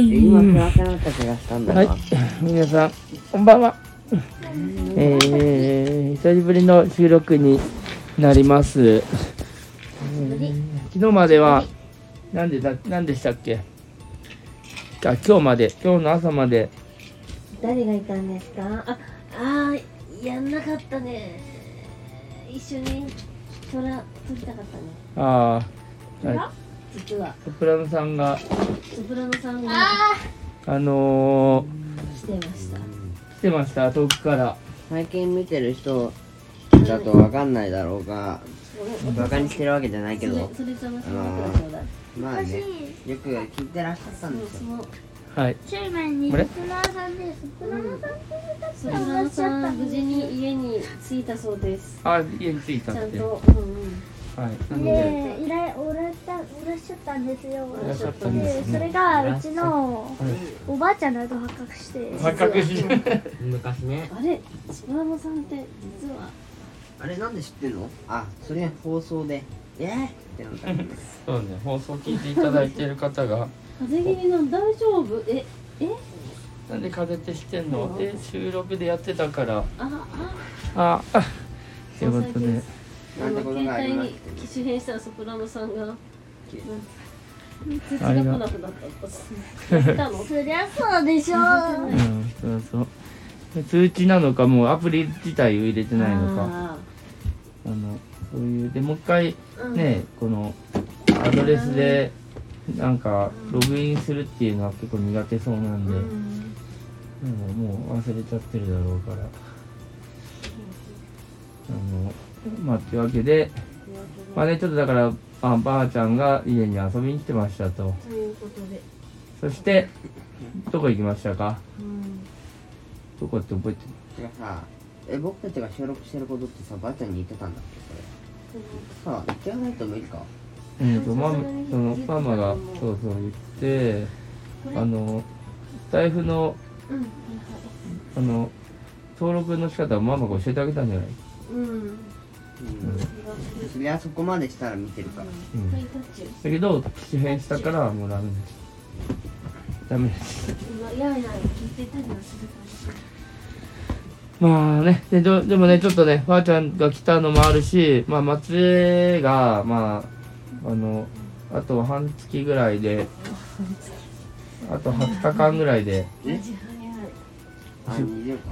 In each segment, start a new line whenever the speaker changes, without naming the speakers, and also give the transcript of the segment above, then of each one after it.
今、フラフラなたちがしたんだ
は
よ
い。皆さん、こんばんは。えー、久しぶりの収録になります。えー昨日までは、なんでだ、なんでしたっけあ、今日まで、今日の朝まで、
誰がいたんですかあ、あーやんなかったね一緒に撮ら撮りたかったね
あー、はい、
実は
ソプラノさんが、
ソプラノさんが
あの
来てました
ー、来てました、遠くから。
最近見てる人だとわかんないだろうが、バカにしてるわけじゃないけど、
それそれ様そ
あ
の
の
枕ちょうだい
ー、まあね、よく聞いてらっしゃったんです
そ
よ。
の
はい。
ちょい前に
あれ
ソプラノさんでソプラノさんって
ソプラノさん無事に家に着いたそうです
あ、家に着いたっ
ちゃん
て。
と、うんうん、
はい。なので、
でいらおらったいらっしゃったんですよ
いらっしゃったんで
ですそ
ね。
れがうちのおばあちゃんだと発覚して
発覚し、
昔ね。
あれソプラノさんって実は
あれなんで知ってんのあ、それ放送で。えーってなったん です。
そうね、放送聞いていただいている方が、
風邪気味なの大丈夫ええ
なんで風邪ってしてんので収録でやってたから
ああ
ああとい
そう
うこ
最
と
近
で
あの携帯に
て
機種変したらソプラノさんが鉄
あ
が
れ
来
が
なくなったと言ったの
そりゃそうでしょ
うんそうそうで通知なのかもうアプリ自体を入れてないのか
あ
あのそういうでもう一回
うん
ねこのアドレスでなんかログインするっていうのは結構苦手そうなん
ー
で、
うん
うんもう忘れちゃってるだろうからあのまあというわけで
というわけで
まあねちょっとだからあばあちゃんが家に遊びに来てましたと。
ということで、
そして、どこ行きましたか
うん、
どこって覚えて
かさ、え、僕たちが収録してることってさ、ばあちゃんに言ってたんだっけそれ。さあ、言ってやらないと無理か。
るえっ、と、ママ、その、ママが、そうそう言って、あの、財布の、あの、登録の仕方をママが教えてあげたんじゃない
うん、
うん。そりゃそこまでしたら見てるから。
うん。だ
ハイタッチ
けど、機種変したから、もうダメです。ダメです。
今やいやい聞いてたりはするか
まあね、でどでもね、ちょっとね、ばあちゃんが来たのもあるし、まあ、松江が、まあ、あの、あと半月ぐらいで、あと20日間ぐらいで、
らマジ早い
あ、20か。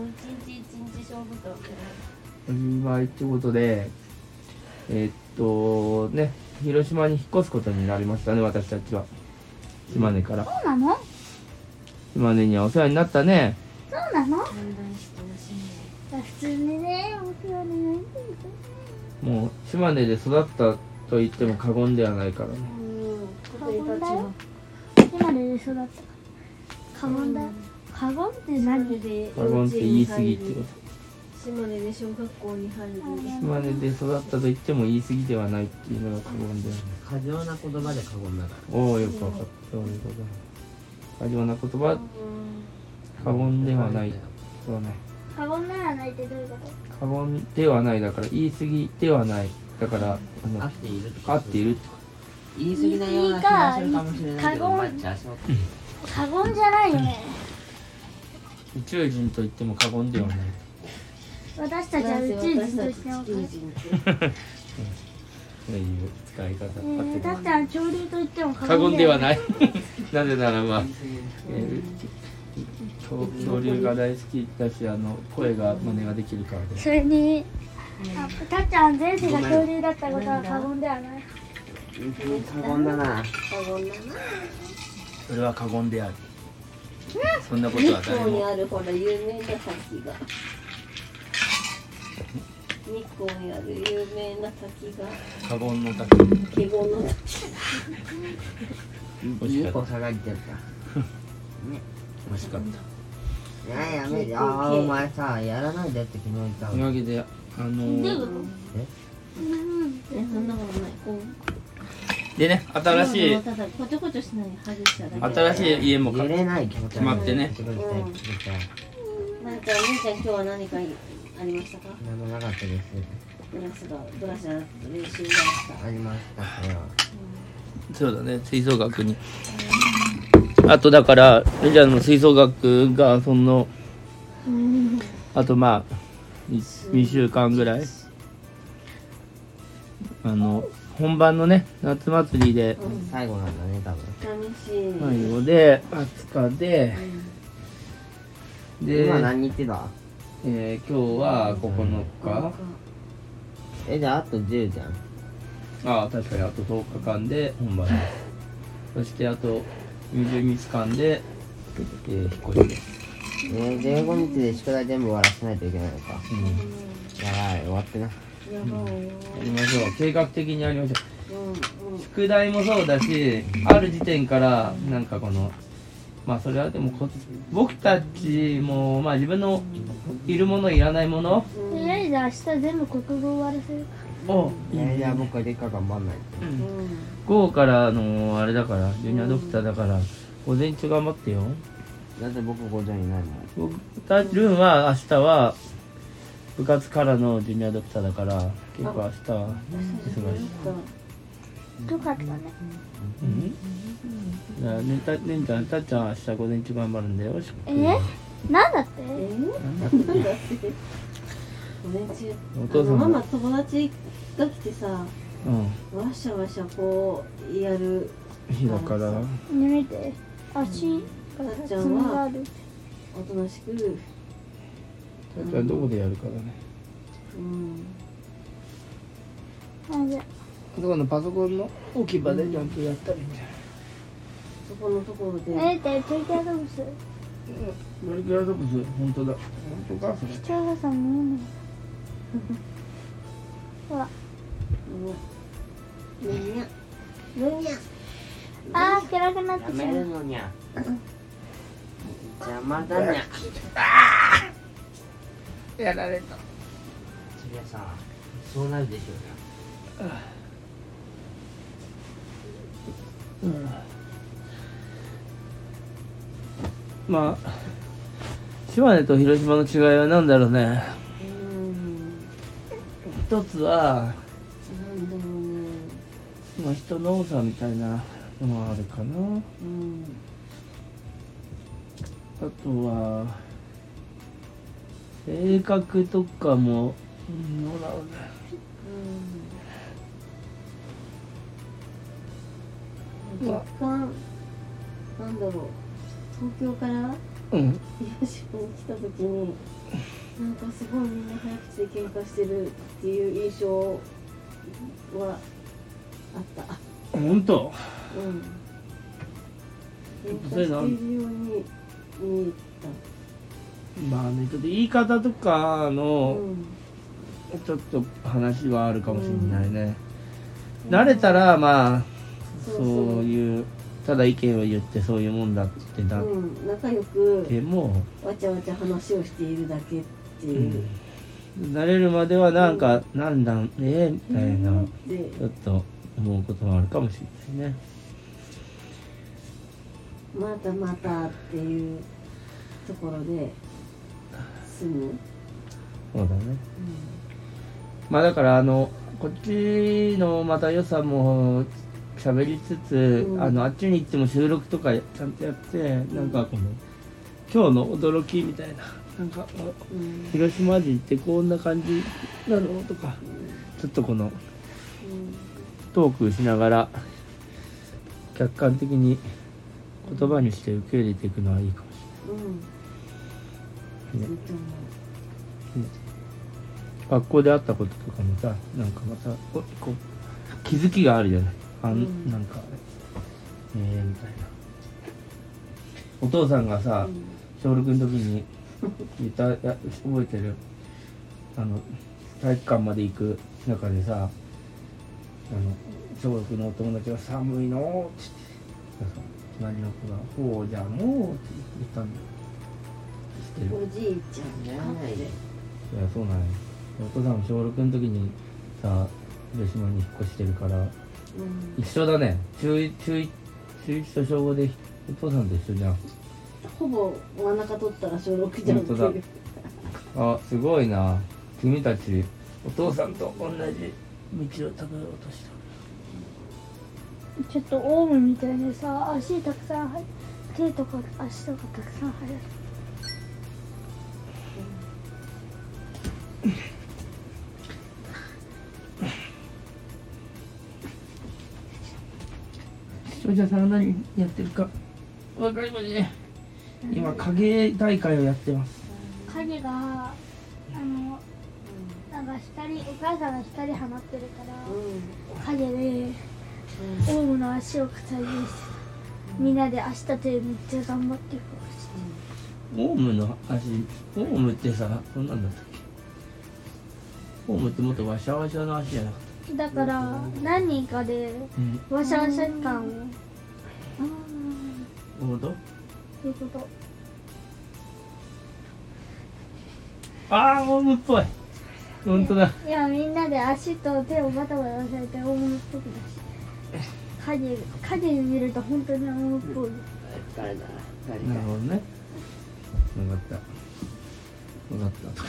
もう一日一日勝負ってわけだ
お見舞いってことで、えーっと、ね、広島に引っ越すことになりましたね、私たちは。島根から。
そうなの
島根にはお世話になったね。
そうなの
だんだんしてほしいね
普通にねお世話になりたいけ
もう、島根で育ったと言っても過言ではないからね。
うん、
過言だよ
子供たちは
ど島根で育った過言だよ過言って何
島根で
過言って言い過ぎってこと。
島根で小学校に入る
島根で育ったと言っても言い過ぎではないっていうのが過言ではない。
過剰な言葉で過言だか
おお、よくわかった。そういうことだ。過剰な言葉、過言ではない。そうね。
過言ならないってどういうこ
過
と
言ではないだから、言い過ぎではない。だから、あの、
ていると
合っているって
言い過ぎなような気がするかもしれないけど、
過言
まあ、じゃあそう
過言じゃないよね
宇宙人と言っても過言ではない。
私たちは宇宙人としても
宇宙人って
という使い方
えー、
あ
だったら恐竜と言っても
って
過
過言では
ない
ない。なぜならば、えー恐恐竜が大好きだし、あの声が真似ができるからです。
それにあたっちゃん前世が恐竜だったことは過言ではない
過言だな。
過言だな
それは過言である。そんなことは
日
誰
光に
も。
あるほら有名な滝が日光にある有名な滝が
過言のだ
華厳の滝
いい子下がっちゃった。
惜しかった。
いややめて、ああ、お前さ、やらないでって昨日言った
というわけで、あのー
いやそんなことないこう
でね、新しい
ただこちょこちょしない外しただけ
新しい家も
揺
買
れない気持ち
決まってね
すごい痛い気持ちが
なんかお姉ちゃん今日は何かありましたか
何もなかったです。
ブラシがブラシが練習があった
ありましたそれは
そうだね吹奏楽にあとだからレジャーの吹奏楽がそのあとまあ2週間ぐらいあの本番のね夏祭りで
最後なんだね多分
寂しい、
最後で20日でで
今、何日だ
えー今日は9日
えじゃああと10じゃん
ああ確かにあと10日間で本番ですそしてあと20日間で、えー引っ越しです
えー、15日で宿題全部終わらせないといけないのかやばい終わってな
やばいよ、
やりましょう計画的にやりましょう
うんうん
宿題もそうだしある時点からなんかこのまあそれはでもこ僕たちもまあ自分のいるものいらないもの
とりあえず明日全部国語終わらせる
を
えー、じゃあ僕はでっか頑張んないと
午後からのあれだからジュニアドクターだから午前中頑張ってよ
だって僕午前いないもん
僕たちルンは明日は部活からのジュニアドクターだから結構明日は忙しい
よかったね
うんじゃあねたねんちゃんたっちゃんは明日午前中頑張るんだよし
えなんだって
え午前中
お
あ
父さ
の
ん
ママ
も
友達が来てさ
う
わしゃわしゃこうやる
ん日だから
ね見て足
たっちゃ
爪
ん
があ
は
る
おとなしく
たっちゃんどこでやるからね
うん
なんで
そこのパソコンの置き場でちゃんとやったりみたい
そこのところで
えってプリキュア動物視
な。マリクラドプス、本当だ。本当かそれ。
聴者さんもほら
むにゃむにゃ
あー暗くなって
や
き
める
た
のにゃ邪魔だにゃ
やられた。
そりゃさそうなるでしょうね
うん。まあ、島根と広島の違いは何だろうね。
うん
一つは、
なんだろうね
まあ、人の多さみたいなのはあるかな。
うん
あとは、性格とかも、うん、どうだろうね。
うん若干なんだろう東京から
うん。
広島に来た時になんかすごいみんな早口で喧嘩してるっていう印象はあった
本当
うん喧嘩
そういうの
しているように見え
まあね、ちょっと言い方とか
た、
の、
うん、
ちょっと話はあるかもしれないね、慣れたらまあ
そう
そ
そうう
いうただ意見を言ってそういうもんだってなっ
うん、仲良く
ても、
わちゃわちゃ話をしているだけって
う
い
ん
う、
慣れるまではなんか、なんだえーみたいな、
で
ちょっと思うこともあるかもしれないね
またまたっていうところで住む、
そうだねまあだからあのこっちのまた良さも喋りつつ、
うん
あのあっちに行っても収録とかちゃんとやってなんかこの今日の驚きみたいななんか
うんうん
広島人ってこんな感じなのとかちょっとこのトークしながら客観的に言葉にして受け入れていくのはいいかもし
うん、
ね
いいと思
れない、学校であったこととかもさなんかまたここう気づきがあるじゃないあの、
うん
なんかえー、みたいなお父さんがさ、
う、うん
小6の時に言ったや覚えてるあの体育館まで行く中でさあの小6のお友達が「寒いの?」って言って隣の子が「ほうじゃもう」って言ったんだよ知ってる
おじいちゃん
い
ね
やそうなんやお父さんも小6の時にさ広島に引っ越してるから
うん
一緒だね中1中1中1と小5でお父さんと一緒じゃん
ほぼ真ん中取ったら小6じゃんって
本当
い
だ
う
あすごいな君たちお父さんと同じ道をたどろうとした
ちょっとオウムみたいにさ足たくさん入手とか足とかたくさん入る
それじゃあさん何やってるかわかりません今影大会をやってます
影があのなんか光お母さんが光放ってるから影でオウムの足を再現してたみんなで足立てめっちゃ頑張ってる顔して
オウムの足オウムってさそんなんだったっけオウムってもっとワシャワシャの足じゃなかった
ただから何人かで
うん
わしゃわしゃ感を
本当
ということ
ああオウムっぽい本当だ
いやみんなで足と手をバタバタされて大物っぽくだし影影で見ると本当に大物っぽい
疲れた疲
な
れ
る
た
ほどね分かった分かった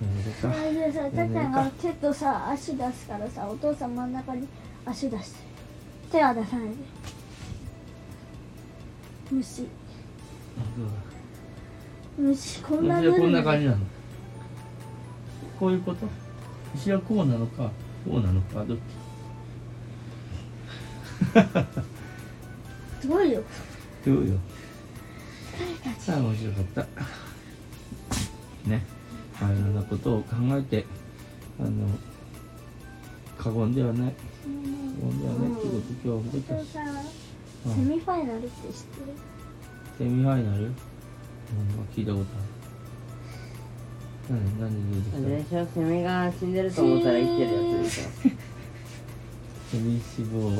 なるほどか
それでさたっちゃんが手とさ足出すからさお父さん真ん中に足出して手は出さないで虫虫こんな
後
に
ろこんな感じなのこういうこと後ろこうなのかこうなのかどっち
すごいよ
どうよさあ面白かったねあいろんなことを考えてあの過言ではない過言ではないってこと今日
お
覚え
父
たし
さん
うん
セミファイナルって知ってる
セミファイナルうん聞いたことある何何出てきた
最初セミが死んでると思ったら生きてるやつでしょ
セミ死亡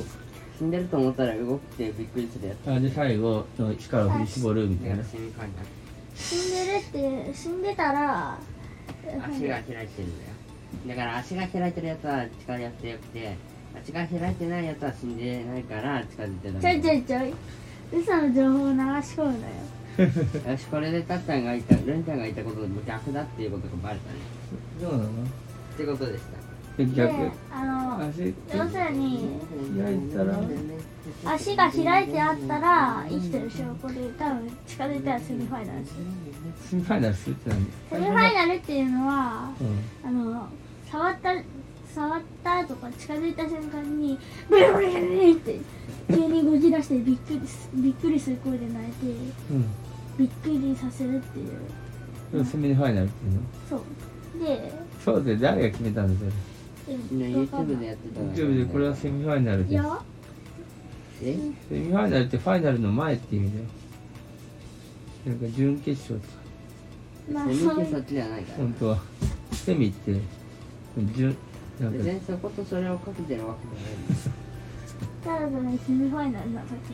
死んでると思ったら動くてびっくりするや
あで最後の力を振り絞るみ
つ
た
だ
い
か
な
らセミファイ
死んでるって死んでたら
ナル足が開いてるんだよだから足が開いてるやつは力やってよくて足が開いてないやつは死んでないから近づいて
ちょ
ないい
ちょいちょい嘘の情報を流し込むのよ
よしこれでたっちゃんがいたるんちゃんがいたことも逆だっていうことがバレたね
そうなの
ってことでした
で
で
逆
あの
足
要するに
開いたら
足が開いてあったら生きてる証拠で多分近づいたらセミファイナルする
セミファイナルするって何
セミファイナルっていうのは
うん
あの触った触ったとか近づいた瞬間にブリブリブリって急に動き出してびっくりすびっくりする声で泣いて
うん
びっくりさせるっていう
でもセミファイナルっていうの
そうで
そうで誰が決めたんだよ
でも
みんな
わかん
YouTube
な
で
い
やってた
YouTube でこれはセミファイナル
い
です
や
え
セミファイナルってファイナルの前っていう意味だよなんか準決勝とか
まあ
セミ
そう
っ
い
て
う
そっちじゃないから
本当はセミって準なん
別
か
にそことそれをかけてるわけじゃないんです
ただのセミファイナルなだけ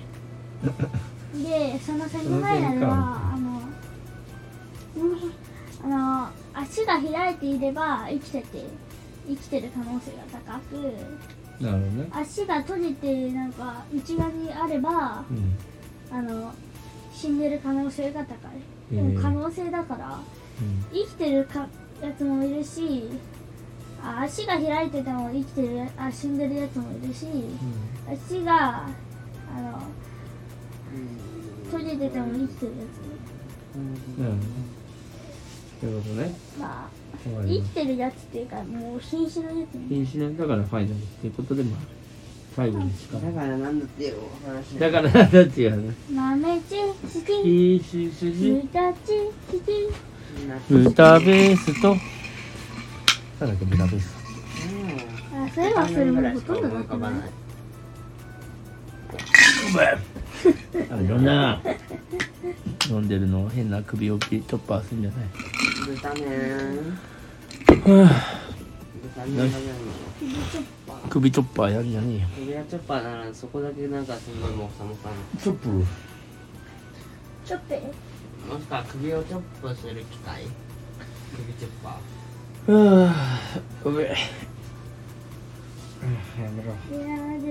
でそのセミファイナルはあのうんあの足が開いていれば生きてて生きてる可能性が高く
なるほどね
足が閉じてなんか内側にあれば
うん
あの死んでる可能性が高いで
へえ
も可能性だから生きてるかやつもいるしあ足が開いてても生きてるあ死んでるやつもいるし
う
足があの
うん
閉じてても生きてるや
んうんということね
つまあ
終わ
生
り
き
ます
てるやつっていうかもう瀕死のやつね
禁止なんだからファイナルっていうことでもある最後にしか
だからなんだっていうお話
だからなんだっていう話
豆知識
禁止筋
豚知識
になって
ブタベースとなんだっけブタベース
あそういえばそれもほとんどなくない
あいろんな飲んでるの変な首置きチョッパーするんじゃない
豚麺豚麺食べるの
首チョッパーやるんじゃねえよ
エビアチョッパーならそこだけなんかすごいもさもさ
チョップ
ちょっぺ
のもしくは首をチョップする機械首チョッパー
はあごめんやめろ
いやーでも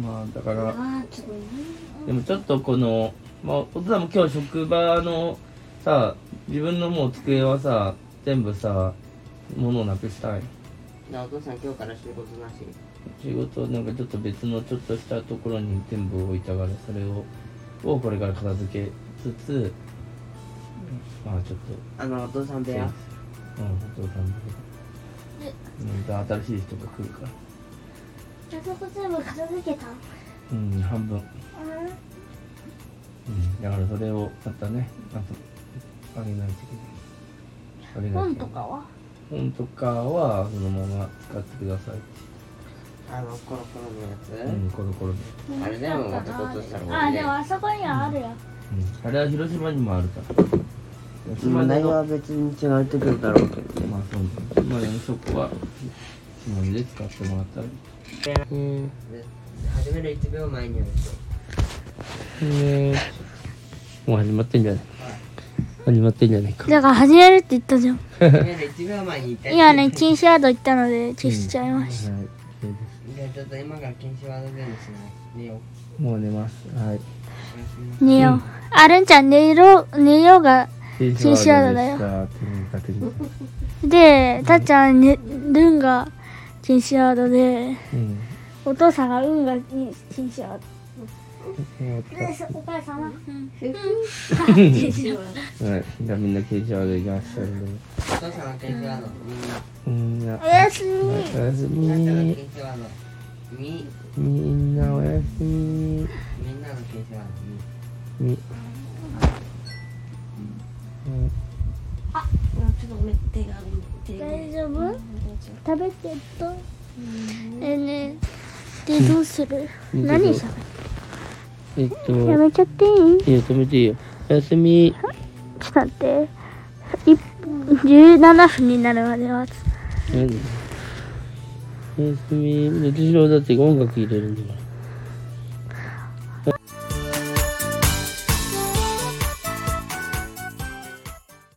まあだから
あーちょっとね
でもちょっとこの、まあ、お父さんも今日職場のさ自分のもう机はさ全部さ物をなくしたい
お父さん今日から仕事なし
仕事なんかちょっと別のちょっとしたところに全部置いたからそれををこれから片付けつつまあちょっ
あのお父さん部
と
屋
うんお父さんの
で
また新しい人が来るから
あそこ全部片付けたうん
うん半分うんだからそれをまたねあとあげないといけないあげないい
本
け
と
ない
かは
本とかはそのまま使ってください
あのコロコロのや
うんコロコロで、
つあれでもまたことしたらも
あ
う
で
ね
もあそこにはあるよ
うん、あれは広島にもあるから広島で
内
の
容は別に違ってくるだろうけど
まあそうまあそこはつまみで使ってもらったらへ
始める1秒前にやる
えもう始まってんじゃない始まってんじゃないか
だから始めるって言ったじゃん
と始める1秒前に言った
今ね禁止ワード言ったので消しちゃいました、
はい
じゃあちょっと今から禁止ワードゲームしないでよ
もう寝ますはい
おやすみ
寝よう、あるんちゃん寝ろ寝ようが
禁
止ワードだよ
止ワードでした
でたっちゃん、ね、ルンが禁止ワードで
うん
お父さんが運が禁止
終
ワー
わっ
ドでお母さんは
たはいじゃあみんな禁止ワードいきましたね
お父さんの禁止ワードみんな
うんな
おやすみ
おやす
みんなの
み
禁止ワードみ
みんなおやすみ
みんなの禁止ワードみ
みうん
ちょっとめ手が手が
大丈夫食べてっとえーねでどうする
うん
何しゃ
えっと
べやめちゃっていい
いや止めていいよおやすみ
ちょっと待ってい17分になるまでは
何おやすみ私のだって音楽入れるんだから